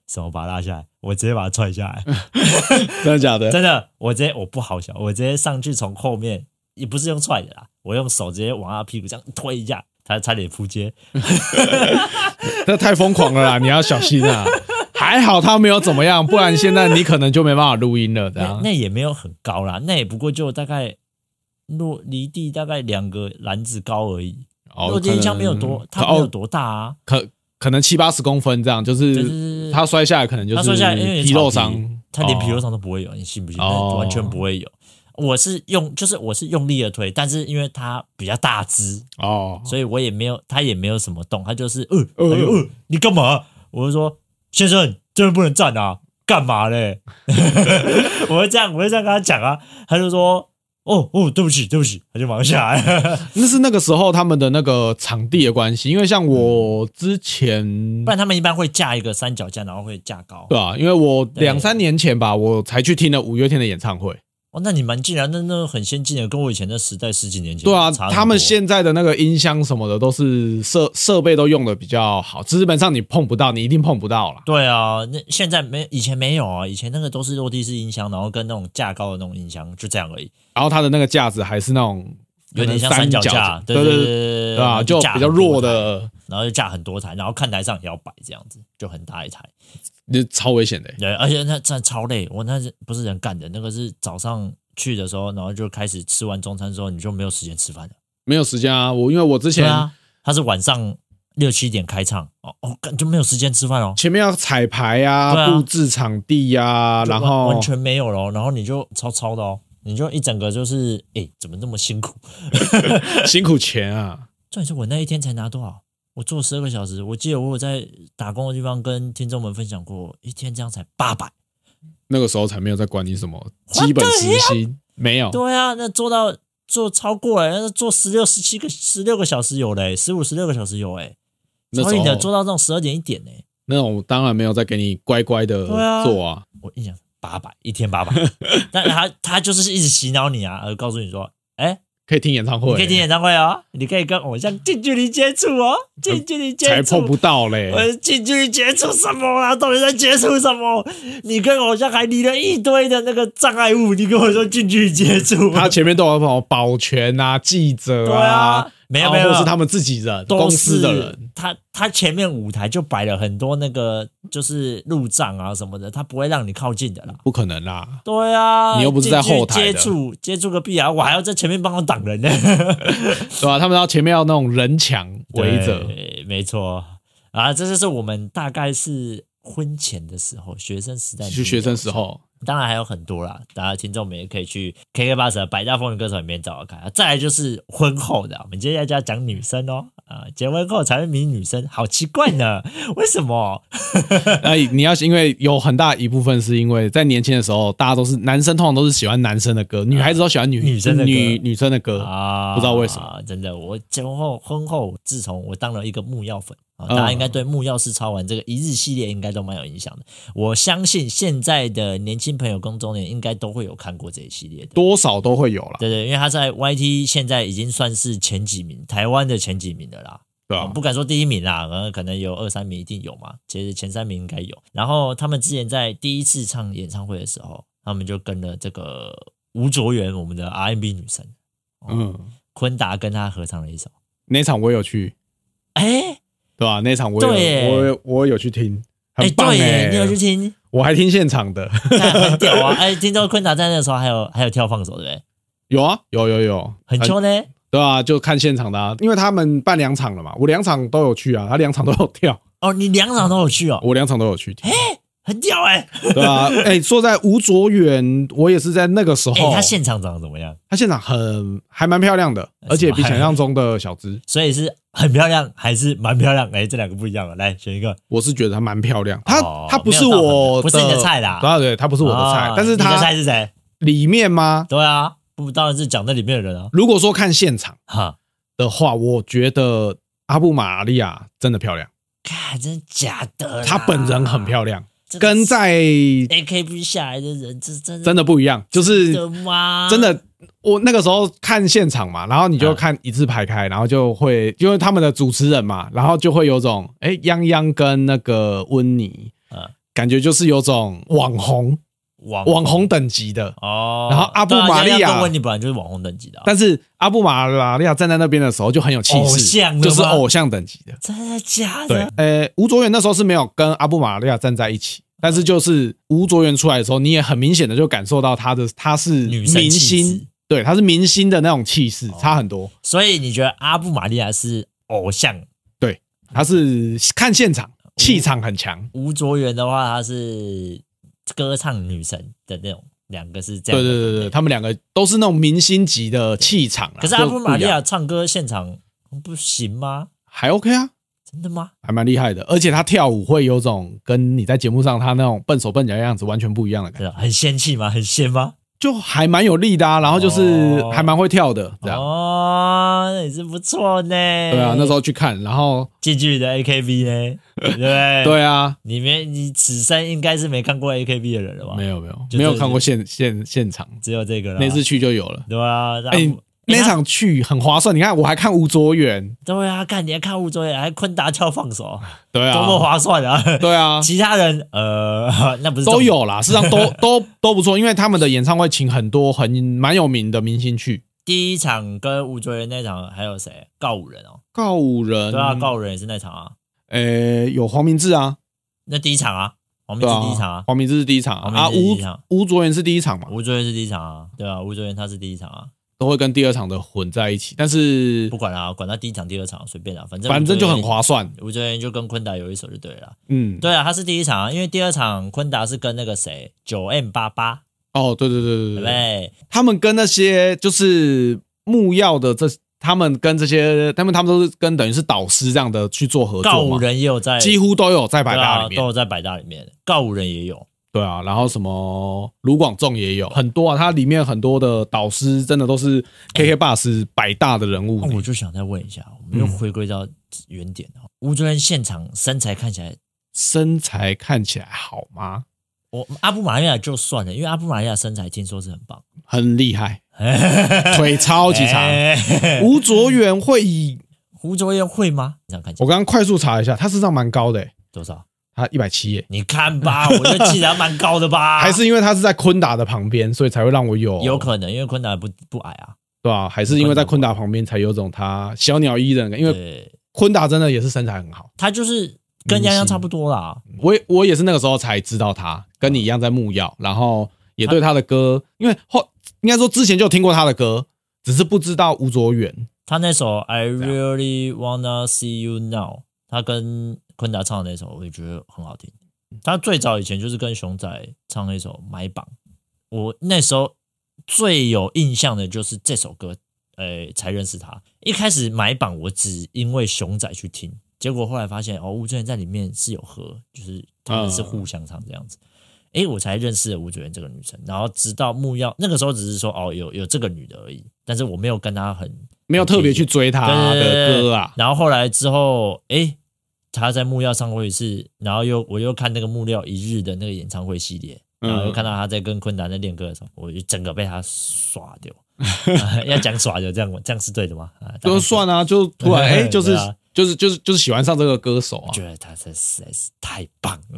[SPEAKER 1] 什么把他拉下来，我直接把他踹下来，
[SPEAKER 2] 真的假的？
[SPEAKER 1] 真的，我直接我不好笑，我直接上去从后面，也不是用踹的啦，我用手直接往他屁股这样推一下，他差点扑街，
[SPEAKER 2] 那太疯狂了啦，你要小心 啊！还好他没有怎么样，不然现在你可能就没办法录音了。这
[SPEAKER 1] 那
[SPEAKER 2] 样
[SPEAKER 1] 那也没有很高啦，那也不过就大概落离地大概两个篮子高而已，落地音箱没有多，它没有
[SPEAKER 2] 哦，
[SPEAKER 1] 多大啊，
[SPEAKER 2] 可可能七八十公分这样，就
[SPEAKER 1] 就是是
[SPEAKER 2] 他摔下来可能就
[SPEAKER 1] 他
[SPEAKER 2] 是
[SPEAKER 1] 说下来因为
[SPEAKER 2] 皮
[SPEAKER 1] 草
[SPEAKER 2] 肉伤，
[SPEAKER 1] 他连皮肉
[SPEAKER 2] 哦
[SPEAKER 1] 伤都不会有，你信不信？
[SPEAKER 2] 哦
[SPEAKER 1] 那完全不会有。我是用，就是我是用力的推，但是因为他比较大只，
[SPEAKER 2] 哦，
[SPEAKER 1] 所以我也没有，他也没有什么动，他就是，呃，呃，
[SPEAKER 2] 呃
[SPEAKER 1] 呃，你干嘛？我就说，先生，这边不能站啊，干嘛嘞？ 我会这样，我会这样跟他讲啊，他就说，哦哦，对不起，对不起，他就忙下来，
[SPEAKER 2] 那是那个时候他们的那个场地的关系，因为像我之前
[SPEAKER 1] 不然他们一般会架一个三脚架，然后会架高。
[SPEAKER 2] 对啊，因为我两三年前吧，我才去听了五月天的演唱会。
[SPEAKER 1] 哦，那你蛮竟然，那那很先进的，跟我以前的时代十几年前
[SPEAKER 2] 对啊，
[SPEAKER 1] 差很
[SPEAKER 2] 他们
[SPEAKER 1] 多
[SPEAKER 2] 现在的那个音箱什么的都是设设备都用的比较好，基本上你碰不到，你一定碰不到啦。
[SPEAKER 1] 对啊，那现在没以前没有啊，以前那个都是落地式音箱，然后跟那种架高的那种音箱就这样而已，
[SPEAKER 2] 然后它的那个架子还是那种
[SPEAKER 1] 有点像
[SPEAKER 2] 可能
[SPEAKER 1] 脚
[SPEAKER 2] 三
[SPEAKER 1] 架，
[SPEAKER 2] 对
[SPEAKER 1] 对
[SPEAKER 2] 对
[SPEAKER 1] 对
[SPEAKER 2] 对
[SPEAKER 1] 对
[SPEAKER 2] 对啊，就比较弱，的，
[SPEAKER 1] 然后就架很多台然后就架很多台，然后看台上也要摆这样子，就很大一台。
[SPEAKER 2] 就超危险的欸。
[SPEAKER 1] 对，而且那真的超累，我那是不是人干的？那个是早上去的时候，然后就开始吃完中餐之后，你就没有时间吃饭了。
[SPEAKER 2] 没有时间啊，我因为我之
[SPEAKER 1] 对
[SPEAKER 2] 前
[SPEAKER 1] 啊，他是晚上六七点开唱，哦哦，干就没有时间吃饭哦。
[SPEAKER 2] 前面要彩排
[SPEAKER 1] 对
[SPEAKER 2] 啊，
[SPEAKER 1] 啊
[SPEAKER 2] 布置场地呀，
[SPEAKER 1] 就
[SPEAKER 2] 然
[SPEAKER 1] 完
[SPEAKER 2] 后
[SPEAKER 1] 完全没有了，然后你就超超的哦，你就一整个就是，哎、怎么那么辛苦？
[SPEAKER 2] 辛苦钱啊，
[SPEAKER 1] 重点是我那一天才拿多少？我做十二个小时，我记得我有在打工的地方跟听众们分享过，一天这样才八百。
[SPEAKER 2] 那个时候才没有在管你什么基本时薪，没有。
[SPEAKER 1] 对啊，那做到做超过了，那做十六、十七个、十六个小时有嘞，十五、十六个小时有哎，
[SPEAKER 2] 那
[SPEAKER 1] 所
[SPEAKER 2] 时
[SPEAKER 1] 以
[SPEAKER 2] 候
[SPEAKER 1] 的做到这种十二点一点呢，
[SPEAKER 2] 那种当然没有再给你乖乖的
[SPEAKER 1] 对啊
[SPEAKER 2] 做啊，
[SPEAKER 1] 我印象八百一天八 百，但他他就是一直洗脑你啊，呃，告诉你说，哎、
[SPEAKER 2] 可以听演唱会，
[SPEAKER 1] 你可以听演唱会哦，你可以跟偶像近距离接触哦，近距离接
[SPEAKER 2] 才
[SPEAKER 1] 触
[SPEAKER 2] 碰不到 嘞。
[SPEAKER 1] 我近距离接触什么啦？到底在接触什么？你跟偶像还离了一堆的那个障碍物，你跟我说近距离接触，
[SPEAKER 2] 他前面都有什么保全啊、记者
[SPEAKER 1] 对啊，，没有没有，
[SPEAKER 2] 或是他们自己人、
[SPEAKER 1] 都
[SPEAKER 2] 公
[SPEAKER 1] 是
[SPEAKER 2] 司的人，
[SPEAKER 1] 他他前面舞台就摆了很多那个就是路障啊什么的，他不会让你靠近的啦。
[SPEAKER 2] 不可能啦。
[SPEAKER 1] 对啊，
[SPEAKER 2] 你又不是在
[SPEAKER 1] 近距离
[SPEAKER 2] 后台的
[SPEAKER 1] 接触接触个屁啊！我还要在前面帮我挡人呢，
[SPEAKER 2] 对啊吧、他们要前面要那种人墙 围着，
[SPEAKER 1] 对，没错啊，这就是我们大概是婚前的时候，学生时代，
[SPEAKER 2] 是学生时。候。
[SPEAKER 1] 当然还有很多啦，大家听众们也可以去 KK Bus 的百大风云歌手里面找找看、啊。再来就是婚后的啊，我们接下来就要讲女生哦，啊，结婚后才会迷女生，好奇怪呢， 为什么？
[SPEAKER 2] 那你要因为有很大一部分是因为在年轻的时候，大家都是男生，通常都是喜欢男生的歌，女孩子都喜欢女
[SPEAKER 1] 啊女生的歌
[SPEAKER 2] 女女生的歌。
[SPEAKER 1] 啊，
[SPEAKER 2] 不知道为什么，
[SPEAKER 1] 真的，我结婚后婚后，自从我当了一个木曜粉啊，
[SPEAKER 2] 嗯
[SPEAKER 1] 大家应该对木曜是超玩这个一日系列应该都蛮有影响的。我相信现在的年轻朋友跟中年应该都会有看过这一系列的。
[SPEAKER 2] 多少都会有啦，
[SPEAKER 1] 对对，因为他在 YT 现在已经算是前几名，台湾的前几名的啦。
[SPEAKER 2] 对吧、啊
[SPEAKER 1] 哦不敢说第一名啦，然后可能有二三名一定有嘛，其实前三名应该有。然后他们之前在第一次唱演唱会的时候，他们就跟了这个吴卓源，我们的 RMB 女神哦
[SPEAKER 2] 嗯，
[SPEAKER 1] 昆达跟她合唱了一首。
[SPEAKER 2] 那场我有去，
[SPEAKER 1] 哎
[SPEAKER 2] 对吧、那场我
[SPEAKER 1] 对耶
[SPEAKER 2] 有，我有我有去听，
[SPEAKER 1] 哎，
[SPEAKER 2] 很棒
[SPEAKER 1] 对
[SPEAKER 2] 哎、
[SPEAKER 1] 耶，你有去听？
[SPEAKER 2] 我还听现场的，
[SPEAKER 1] 那很屌啊！哎，听说昆达在那个时候还有还有跳放手，对不对？
[SPEAKER 2] 有啊，有有有，
[SPEAKER 1] 很
[SPEAKER 2] 很
[SPEAKER 1] 秋呢。
[SPEAKER 2] 对啊，就看现场的、啊，因为他们办两 场了嘛，我两场都有去啊，他两场都有跳，
[SPEAKER 1] 哦，你两场都有去哦，
[SPEAKER 2] 我两场都有去听，
[SPEAKER 1] 很屌哎、
[SPEAKER 2] 对 吧、啊？哎、说在吴卓源，我也是在那个时候，
[SPEAKER 1] 哎、他现场长得怎么样？
[SPEAKER 2] 他现场很还蛮漂亮的，而且比想象中的小资，
[SPEAKER 1] 所以是很漂亮还是蛮漂亮？哎、这两个不一样了，来选一个。
[SPEAKER 2] 我是觉得她蛮漂亮。她
[SPEAKER 1] 哦
[SPEAKER 2] 她不是
[SPEAKER 1] 没有到很
[SPEAKER 2] 我
[SPEAKER 1] 不是你的菜啦
[SPEAKER 2] 对啊对，她不是我的菜
[SPEAKER 1] 啊，
[SPEAKER 2] 但是
[SPEAKER 1] 你的
[SPEAKER 2] 她
[SPEAKER 1] 菜是谁？
[SPEAKER 2] 里面吗？
[SPEAKER 1] 对啊，不当然是讲那里面的人啊。
[SPEAKER 2] 如果说看现场
[SPEAKER 1] 哈，
[SPEAKER 2] 的话，我觉得阿布玛利亚真的漂亮，
[SPEAKER 1] 看真的假的啦？
[SPEAKER 2] 她本人很漂亮，
[SPEAKER 1] 真的是
[SPEAKER 2] 跟在
[SPEAKER 1] AKB 下来的人，这真
[SPEAKER 2] 真的不一样，就是
[SPEAKER 1] 的吗？
[SPEAKER 2] 真的，我那个时候看现场嘛，然后你就
[SPEAKER 1] 嗯
[SPEAKER 2] 看一字排开，然后就会因为他们的主持人嘛，然后就会有种哎，央央跟那个温妮
[SPEAKER 1] 嗯，
[SPEAKER 2] 感觉就是有种网红
[SPEAKER 1] 网
[SPEAKER 2] 网红等级的。
[SPEAKER 1] 哦。
[SPEAKER 2] 然后阿布玛利亚
[SPEAKER 1] 对啊要问你本来就是网红等级的啊、
[SPEAKER 2] 但是阿布马拉利亚站在那边的时候就很有气
[SPEAKER 1] 偶
[SPEAKER 2] 势
[SPEAKER 1] 像，的
[SPEAKER 2] 就
[SPEAKER 1] 吗
[SPEAKER 2] 是偶像等级的。
[SPEAKER 1] 真的假
[SPEAKER 2] 对
[SPEAKER 1] 的？，
[SPEAKER 2] 呃，吴卓源那时候是没有跟阿布马利亚站在一
[SPEAKER 1] 嗯
[SPEAKER 2] 起，但是就是吴卓源出来的时候，你也很明显的就感受到他的他是
[SPEAKER 1] 女生
[SPEAKER 2] 明
[SPEAKER 1] 气质
[SPEAKER 2] 星，对，他是明星的那种气势
[SPEAKER 1] 哦
[SPEAKER 2] 差很多。
[SPEAKER 1] 所以你觉得阿布玛利亚是偶像？
[SPEAKER 2] 对，他是看现场
[SPEAKER 1] 哦
[SPEAKER 2] 气场很强，
[SPEAKER 1] 吴卓源的话，她是歌唱女神的那种，两个是这
[SPEAKER 2] 对
[SPEAKER 1] 样。
[SPEAKER 2] 对对对，。他们两个都是那种明星级的气场啦
[SPEAKER 1] 可是阿布玛利
[SPEAKER 2] 就不一
[SPEAKER 1] 亚
[SPEAKER 2] 样
[SPEAKER 1] 唱歌现场不行吗？
[SPEAKER 2] 还 OK 啊，
[SPEAKER 1] 真的吗？
[SPEAKER 2] 还蛮厉害的，而且他跳舞会有种跟你在节目上他那种笨手笨脚的样子完全不一样的感觉，
[SPEAKER 1] 对啊，很仙气吗？很仙吗？
[SPEAKER 2] 就还蛮有力的、啊，然后就是
[SPEAKER 1] 哦
[SPEAKER 2] 还蛮会跳的这样。
[SPEAKER 1] 哦，那也是不错呢。
[SPEAKER 2] 啊对
[SPEAKER 1] 对
[SPEAKER 2] 啊，那时候去看，然后
[SPEAKER 1] 进去的 AKB 呢，对不对？，
[SPEAKER 2] 对啊，
[SPEAKER 1] 你没你此生应该是没看过 AKB 的人了吧？
[SPEAKER 2] 没，有没有
[SPEAKER 1] 就啊
[SPEAKER 2] 没有
[SPEAKER 1] 这
[SPEAKER 2] 看过现现现场，
[SPEAKER 1] 只有这个了。
[SPEAKER 2] 那次去就有了。
[SPEAKER 1] 对啊，然后
[SPEAKER 2] 哎，那场去很划算，你看我还看吴卓源，
[SPEAKER 1] 对啊，看你还看吴卓源，还昆达跳放手，
[SPEAKER 2] 对
[SPEAKER 1] 多么
[SPEAKER 2] 啊，
[SPEAKER 1] 划算啊！
[SPEAKER 2] 对啊，
[SPEAKER 1] 其他人呃， 那不是重
[SPEAKER 2] 都
[SPEAKER 1] 点
[SPEAKER 2] 有啦，事实上 都都都不错，因为他们的演唱会请很多很蛮有名的明星去。
[SPEAKER 1] 第一场跟吴卓源那场还有谁？告五人哦，
[SPEAKER 2] 告五人，
[SPEAKER 1] 对啊，告五人也是那场啊，
[SPEAKER 2] 呃、有黄明志啊，
[SPEAKER 1] 那第一场啊，黄明
[SPEAKER 2] 对
[SPEAKER 1] 志
[SPEAKER 2] 啊，
[SPEAKER 1] 第一场啊，
[SPEAKER 2] 黄明志是第一场啊，啊
[SPEAKER 1] 黄明志是第
[SPEAKER 2] 吴
[SPEAKER 1] 一场
[SPEAKER 2] 吴卓源是第一场嘛，
[SPEAKER 1] 吴卓源是第一场啊，对啊，吴卓源他是第一场啊，
[SPEAKER 2] 都会跟第二场的混在一起，但是
[SPEAKER 1] 不管啦、管他第一场第二场随便啦、啊反正
[SPEAKER 2] 反正就很
[SPEAKER 1] 吴卓源。
[SPEAKER 2] 划算，
[SPEAKER 1] 吴卓源就跟昆达有一手就对了啦，
[SPEAKER 2] 嗯，
[SPEAKER 1] 对啊，他是第一场啊，因为第二场昆达是跟那个谁九 M 八八，
[SPEAKER 2] 哦，对对对
[SPEAKER 1] 对
[SPEAKER 2] 对
[SPEAKER 1] 不
[SPEAKER 2] 对，
[SPEAKER 1] 对？
[SPEAKER 2] 他们跟那些就是木曜的这，他们跟这些，他们他们都是跟等于是导师这样的去做合
[SPEAKER 1] 告
[SPEAKER 2] 作
[SPEAKER 1] 五
[SPEAKER 2] 嘛，
[SPEAKER 1] 人也有在
[SPEAKER 2] 几乎都有在百
[SPEAKER 1] 对
[SPEAKER 2] 大
[SPEAKER 1] 啊，
[SPEAKER 2] 里面
[SPEAKER 1] 都，有在百大里面，告五人也有，
[SPEAKER 2] 对啊，然后什么卢广仲也有很多啊，它里面很多的导师真的都是 KK Bus 百大的人物
[SPEAKER 1] 那
[SPEAKER 2] 呢、
[SPEAKER 1] 嗯哦我就想再问一下，我们
[SPEAKER 2] 嗯
[SPEAKER 1] 又回归到原点哦。吴主任现场身材看起来，
[SPEAKER 2] 身材看起来好吗？
[SPEAKER 1] 我阿布玛利亚就算了，因为阿布玛利亚身材听说是很棒，
[SPEAKER 2] 很厉害，腿超
[SPEAKER 1] 超
[SPEAKER 2] 级 长。
[SPEAKER 1] 哎长。
[SPEAKER 2] 吴卓源会以
[SPEAKER 1] 胡卓彦会吗？这样看起
[SPEAKER 2] 我
[SPEAKER 1] 来
[SPEAKER 2] 刚刚快速查一下，他身上蛮高的、欸，
[SPEAKER 1] 多少？
[SPEAKER 2] 他一百七耶，
[SPEAKER 1] 你看 吧，我就记得还蛮高的吧，
[SPEAKER 2] 还是因为他是在昆达的旁边，所以才会让我有
[SPEAKER 1] 啊有可能，因为昆达不不矮啊。
[SPEAKER 2] 对吧、还是因为在昆达旁边才有种他小鸟依人的感觉，因为
[SPEAKER 1] 对，
[SPEAKER 2] 昆达真的也是身材很好。
[SPEAKER 1] 他就是跟洋洋差不多啦。
[SPEAKER 2] 我也我也是那个时候才知道他，跟你一样在木曜，然后也对他的歌，因为后应该说之前就听过他的歌，只是不知道吴卓源。
[SPEAKER 1] 他那首《I Really Wanna See You Now》，他跟昆达唱的那首，我也觉得很好听。他最早以前就是跟熊仔唱那首《买榜》，我那时候最有印象的就是这首歌，呃，才认识他。一开始《买榜》我只因为熊仔去听，结果后来发现哦，吴尊在里面是有和，就是他们是互相唱这样子。诶，我才认识了吴主任这个女生，然后直到木曜那个时候只是说哦有有这个女的而已，但是我没有跟她很
[SPEAKER 2] 没有特别去追他
[SPEAKER 1] 对对对
[SPEAKER 2] 的
[SPEAKER 1] 对
[SPEAKER 2] 歌啊，
[SPEAKER 1] 然后后来之后，诶，他在木曜上过一次，然后又我又看那个木料一日的那个演唱会系列，
[SPEAKER 2] 嗯
[SPEAKER 1] 然后又看到他在跟昆达在练歌的时候，我就整个被他耍掉。 要讲耍掉这样，这样是对的吗？啊、
[SPEAKER 2] 就算啊，就 突然哎、
[SPEAKER 1] 对
[SPEAKER 2] 就是
[SPEAKER 1] 对啊
[SPEAKER 2] 就是就是就是喜欢上这个歌手啊
[SPEAKER 1] 我，觉得他这实在是太棒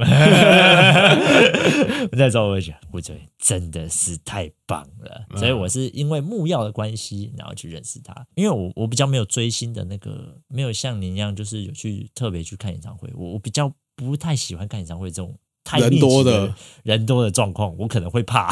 [SPEAKER 1] 了。那时候我就觉得吴哲源真的是太棒了，
[SPEAKER 2] 嗯
[SPEAKER 1] 所以我是因为木曜的关系，然后去认识他。因为我我比较没有追星的那个，没有像您一样，就是有去特别去看演唱会。我我比较不太喜欢看演唱会这种。太密集
[SPEAKER 2] 人多
[SPEAKER 1] 的
[SPEAKER 2] 的
[SPEAKER 1] 人多的状况，我可能会 怕，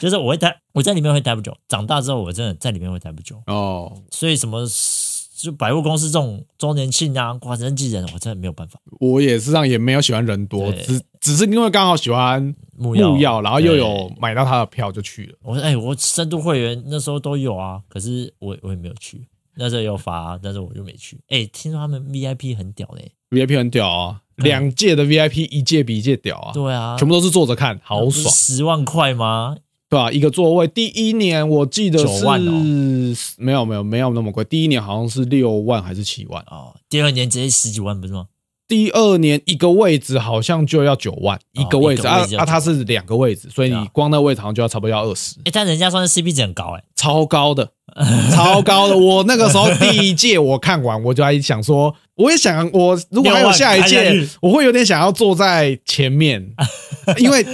[SPEAKER 1] 就是我会待我在里面会待不久。长大之后，我真的在里面会待不久。
[SPEAKER 2] 哦，
[SPEAKER 1] 所以什么 s- 就百货公司这种周年庆啊、跨人纪人，我真的没有办法。
[SPEAKER 2] 我也是上也没有喜欢人多，
[SPEAKER 1] 对
[SPEAKER 2] 只只是因为刚好喜欢
[SPEAKER 1] 木曜，
[SPEAKER 2] 木曜，然后又有
[SPEAKER 1] 对
[SPEAKER 2] 买到他的票就去了。
[SPEAKER 1] 我说哎、我深度会员那时候都有啊，可是我我也没有去，那时候有发，但是我就没去。哎、听说他们 VIP 很屌嘞、
[SPEAKER 2] VIP 很屌啊，两届的 VIP 一届比一届屌啊，
[SPEAKER 1] 对啊，
[SPEAKER 2] 全部都是坐着看，好爽，
[SPEAKER 1] 十万块吗？
[SPEAKER 2] 对吧、啊一个座位，第一年我记得是
[SPEAKER 1] 9万哦
[SPEAKER 2] 没有没有没有那么贵，第一年好像是六万还是七万，啊
[SPEAKER 1] 哦，第二年直接十几万不是吗？
[SPEAKER 2] 第二年一个位置好像就要九万一个位
[SPEAKER 1] 哦一
[SPEAKER 2] 置
[SPEAKER 1] 个
[SPEAKER 2] 啊
[SPEAKER 1] 位置要
[SPEAKER 2] 啊，
[SPEAKER 1] 9
[SPEAKER 2] 它是两个位置，所以
[SPEAKER 1] 对
[SPEAKER 2] 你
[SPEAKER 1] 啊
[SPEAKER 2] 光那位置好像就要差不多要二十，
[SPEAKER 1] 哎、但人家算是 CP 值很高哎、
[SPEAKER 2] 超高 的，超高的。我那个时候第一届我看完，我就还想说，我也想，我如果还有下一
[SPEAKER 1] 六万看下
[SPEAKER 2] 届
[SPEAKER 1] 去，
[SPEAKER 2] 我会有点想要坐在前面，因为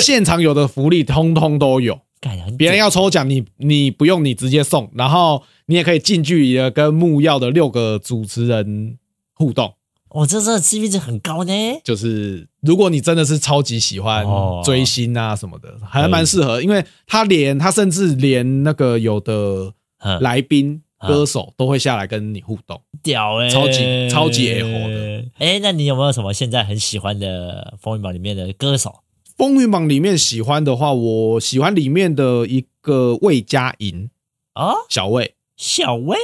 [SPEAKER 2] 现场有的福利通通都有，
[SPEAKER 1] 干很
[SPEAKER 2] 别人要抽奖，你你不用，你直接送，然后你也可以近距离的跟木曜的六个主持人互动。
[SPEAKER 1] 哦，这这 CP 值很高呢。
[SPEAKER 2] 就是如果你真的是超级喜欢
[SPEAKER 1] 哦
[SPEAKER 2] 追星啊什么的，还蛮适合，因为他连他甚至连那个有的
[SPEAKER 1] 嗯
[SPEAKER 2] 来宾、
[SPEAKER 1] 嗯
[SPEAKER 2] 歌手都会下来跟你互动。
[SPEAKER 1] 屌哎、
[SPEAKER 2] 超级超级 A 猴的。
[SPEAKER 1] 哎、那你有没有什么现在很喜欢的风云榜里面的歌手？
[SPEAKER 2] 风云榜里面喜欢的话，我喜欢里面的一个魏佳莹
[SPEAKER 1] 啊，
[SPEAKER 2] 小魏。
[SPEAKER 1] 小魏，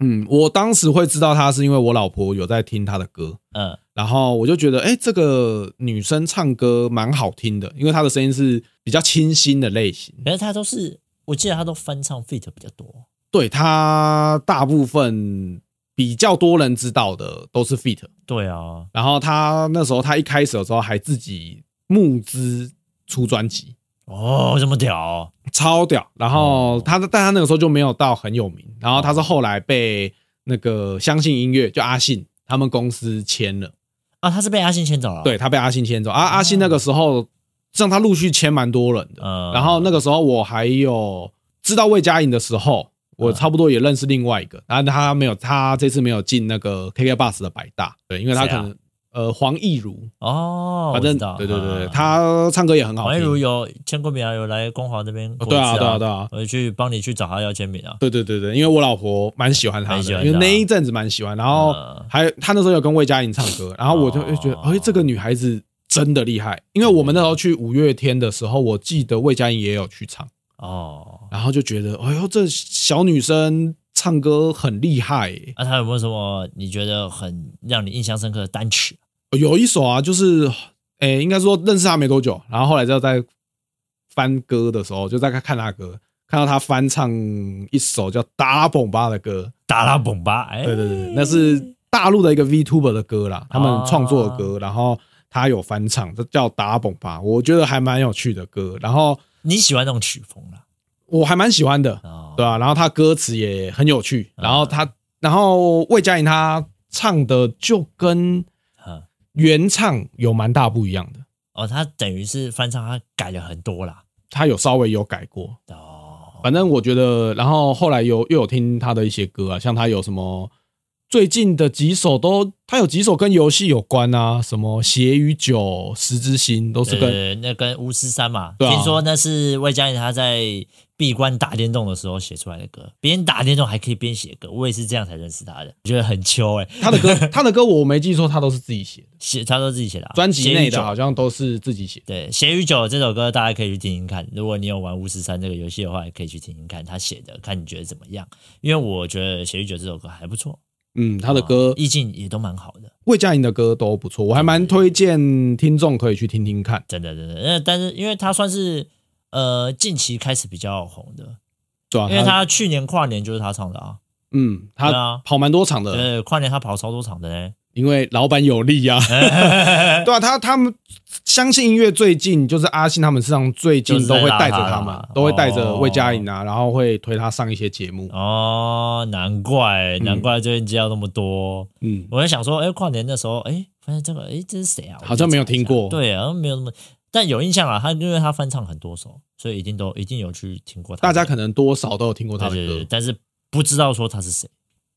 [SPEAKER 2] 嗯，我当时会知道她是因为我老婆有在听她的歌，
[SPEAKER 1] 嗯，
[SPEAKER 2] 然后我就觉得，哎、这个女生唱歌蛮好听的，因为她的声音是比较清新的类型。
[SPEAKER 1] 可是他都是，我记得他都翻唱 feat 比较多。
[SPEAKER 2] 对她大部分比较多人知道的都是 feat，
[SPEAKER 1] 对啊，
[SPEAKER 2] 然后她那时候她一开始的时候还自己募资出专辑，
[SPEAKER 1] 哦，这么屌，
[SPEAKER 2] 超屌。然后
[SPEAKER 1] 哦
[SPEAKER 2] 他，但他那个时候就没有到很有名。然后他是后来被那个相信音乐，就阿信他们公司签了。
[SPEAKER 1] 啊，他是被阿信签走了。，
[SPEAKER 2] 对他被阿信签走，啊，阿信那个时候让他陆续签蛮多人的。
[SPEAKER 1] 嗯
[SPEAKER 2] 然后那个时候我还有知道魏佳莹的时候，我
[SPEAKER 1] 嗯
[SPEAKER 2] 差不多也认识另外一个。然后他没有，他这次没有进那个 KK Bus 的百大，对，因为他
[SPEAKER 1] 谁
[SPEAKER 2] 可
[SPEAKER 1] 啊
[SPEAKER 2] 能。呃，黄义儒，
[SPEAKER 1] 哦，
[SPEAKER 2] 反正
[SPEAKER 1] 我知道
[SPEAKER 2] 对对对，对
[SPEAKER 1] 嗯
[SPEAKER 2] 他唱歌也很好
[SPEAKER 1] 黄
[SPEAKER 2] 听。
[SPEAKER 1] 一如有签过名啊，有来光华这边过
[SPEAKER 2] 哦
[SPEAKER 1] 一
[SPEAKER 2] 对
[SPEAKER 1] 次、
[SPEAKER 2] 啊，对啊，对啊，
[SPEAKER 1] 我就去帮你去找他要签名啊。
[SPEAKER 2] 对对对对，因为我老婆蛮喜欢他的，
[SPEAKER 1] 蛮喜欢
[SPEAKER 2] 因为
[SPEAKER 1] 她
[SPEAKER 2] 那一阵子蛮喜欢，然后
[SPEAKER 1] 嗯
[SPEAKER 2] 还她那时候有跟魏佳莹唱歌，然后我就
[SPEAKER 1] 哦
[SPEAKER 2] 就觉得，哎、这个女孩子真的厉害。因为我们那时候去五月天的时候，我记得魏佳莹也有去唱，
[SPEAKER 1] 哦，
[SPEAKER 2] 然后就觉得，哎呦，这小女生唱歌很厉害耶、
[SPEAKER 1] 那、啊他有没有什么你觉得很让你印象深刻的单曲？
[SPEAKER 2] 有一首啊，就是，哎、应该说认识她没多久，然后后来就在翻歌的时候，就在看她歌，看到她翻唱一首叫《达拉蹦吧》的歌，
[SPEAKER 1] 达拉崩吧，哎、
[SPEAKER 2] 对对对，那是大陆的一个 VTuber 的歌啦，他们创作的歌，然后他有翻唱，这叫打蹦吧，我觉得还蛮有趣的歌，然后
[SPEAKER 1] 你喜欢那种曲风啦？
[SPEAKER 2] 我还蛮喜欢的，
[SPEAKER 1] 哦，
[SPEAKER 2] 对吧、啊然后他歌词也很有趣，
[SPEAKER 1] 嗯
[SPEAKER 2] 然后他，然后魏佳莹她唱的就跟
[SPEAKER 1] 嗯
[SPEAKER 2] 原唱有蛮大不一样的，
[SPEAKER 1] 哦，他等于是翻唱，他改了很多啦。
[SPEAKER 2] 他有稍微有改过，
[SPEAKER 1] 哦，
[SPEAKER 2] 反正我觉得，然后后来有又有听他的一些歌啊，像他有什么最近的几首都，他有几首跟游戏有关啊，什么《血与酒》《十之心》都是跟
[SPEAKER 1] 呃，那跟巫师三嘛，
[SPEAKER 2] 对啊
[SPEAKER 1] 听说那是魏佳莹她在闭关打电动的时候写出来的歌，边打电动还可以边写歌，我也是这样才认识她的，我觉得很秋哎、
[SPEAKER 2] 他的歌，他的歌我没记错，他都是自己写的，
[SPEAKER 1] 写她都自己写的啊、
[SPEAKER 2] 专辑内
[SPEAKER 1] 血与
[SPEAKER 2] 的
[SPEAKER 1] 酒
[SPEAKER 2] 好像都是自己写的。
[SPEAKER 1] 对，《血与酒》这首歌大家可以去听听看。如果你有玩《巫师三》这个游戏的话，也可以去听听看他写的，看你觉得怎么样。因为我觉得《血与酒》这首歌还不错，
[SPEAKER 2] 嗯，他
[SPEAKER 1] 他
[SPEAKER 2] 的歌，
[SPEAKER 1] 意境也都蛮好的，
[SPEAKER 2] 魏佳莹的歌都不错，我还蛮推荐听众可以去听听看。
[SPEAKER 1] 真的真的。那但是因为他算是呃近期开始比较红的，
[SPEAKER 2] 对啊，
[SPEAKER 1] 因为他去年跨年就是他唱的啊，
[SPEAKER 2] 嗯，
[SPEAKER 1] 对
[SPEAKER 2] 他
[SPEAKER 1] 啊
[SPEAKER 2] 跑蛮多场的，
[SPEAKER 1] 对，跨年他跑超多场的呢。
[SPEAKER 2] 因为老板有 力啊。对啊，他他们相信音乐最近就是阿信他们市场最近都会带着
[SPEAKER 1] 就是在拉
[SPEAKER 2] 他们
[SPEAKER 1] 他啦，
[SPEAKER 2] 都会带着魏佳莹啊，然后会推他上一些节目。
[SPEAKER 1] 哦，难怪难怪最近接到那么多。
[SPEAKER 2] 嗯，
[SPEAKER 1] 我在想说，哎、跨年那时候，哎、发现这个，哎、这是谁啊？
[SPEAKER 2] 好像没有听过
[SPEAKER 1] 我就查一下对，好像没有那么，但有印象啊。他因为他翻唱很多首，所以一定都一定有去听过他
[SPEAKER 2] 大
[SPEAKER 1] 的。
[SPEAKER 2] 家可能多少都有听过他
[SPEAKER 1] 对
[SPEAKER 2] 的
[SPEAKER 1] 对对，
[SPEAKER 2] 歌。
[SPEAKER 1] 但是不知道说他是谁。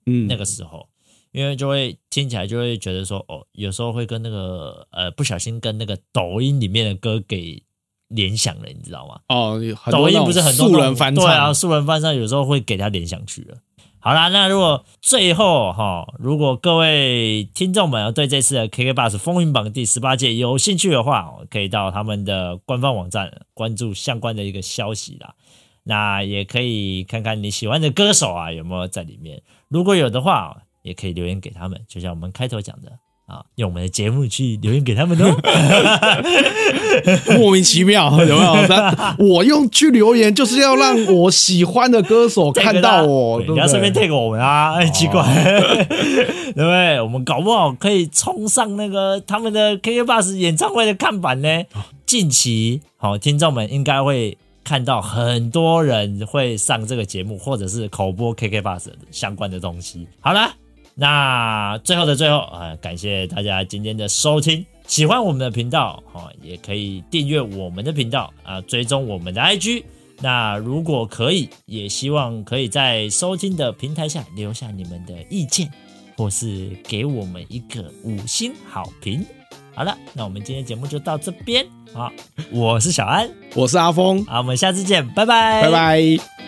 [SPEAKER 2] 嗯
[SPEAKER 1] 那，个时候，因为就会听起来就会觉得说，哦，有时候会跟那个呃不小心跟那个抖音里面的歌给联想了，你知道吗？
[SPEAKER 2] 哦，很多
[SPEAKER 1] 抖
[SPEAKER 2] 那
[SPEAKER 1] 音
[SPEAKER 2] 种
[SPEAKER 1] 不是很多那
[SPEAKER 2] 素
[SPEAKER 1] 种
[SPEAKER 2] 人翻
[SPEAKER 1] 对啊，
[SPEAKER 2] 唱，
[SPEAKER 1] 素人翻唱有时候会给他联想去了。好啦，那如果最后哈，如果各位听众们对这次的 KKBus 风云榜第十八届有兴趣的话，哦可以到他们的官方网站关注相关的一个消息啦。那也可以看看你喜欢的歌手啊有没有在里面，如果有的话，哦也可以留言给他们，就像我们开头讲的啊，用我们的节目去留言给他们哦。
[SPEAKER 2] 莫名其 妙，有没有？但我用去留言就是要让我喜欢的 歌手看到我，
[SPEAKER 1] 对你要顺便 take 我们啊，很奇怪，
[SPEAKER 2] 哦
[SPEAKER 1] 对不对？我们搞不好可以冲上那个他们的 KK Bus 演唱会的看板呢。近期，好、听众们应该会看到很多人会上这个节目，或者是口播 KK Bus 相关的东西。好啦，那最后的最后啊、呃感谢大家今天的收听。喜欢我们的频道哦，也可以订阅我们的频道啊、追踪我们的 IG。那如果可以，也希望可以在收听的平台下留下你们的意见，或是给我们一个五星好评。好了，那我们今天节目就到这边啊，我是小安，
[SPEAKER 2] 我是阿峰，
[SPEAKER 1] 好，我们下次见，拜拜，
[SPEAKER 2] 拜。拜。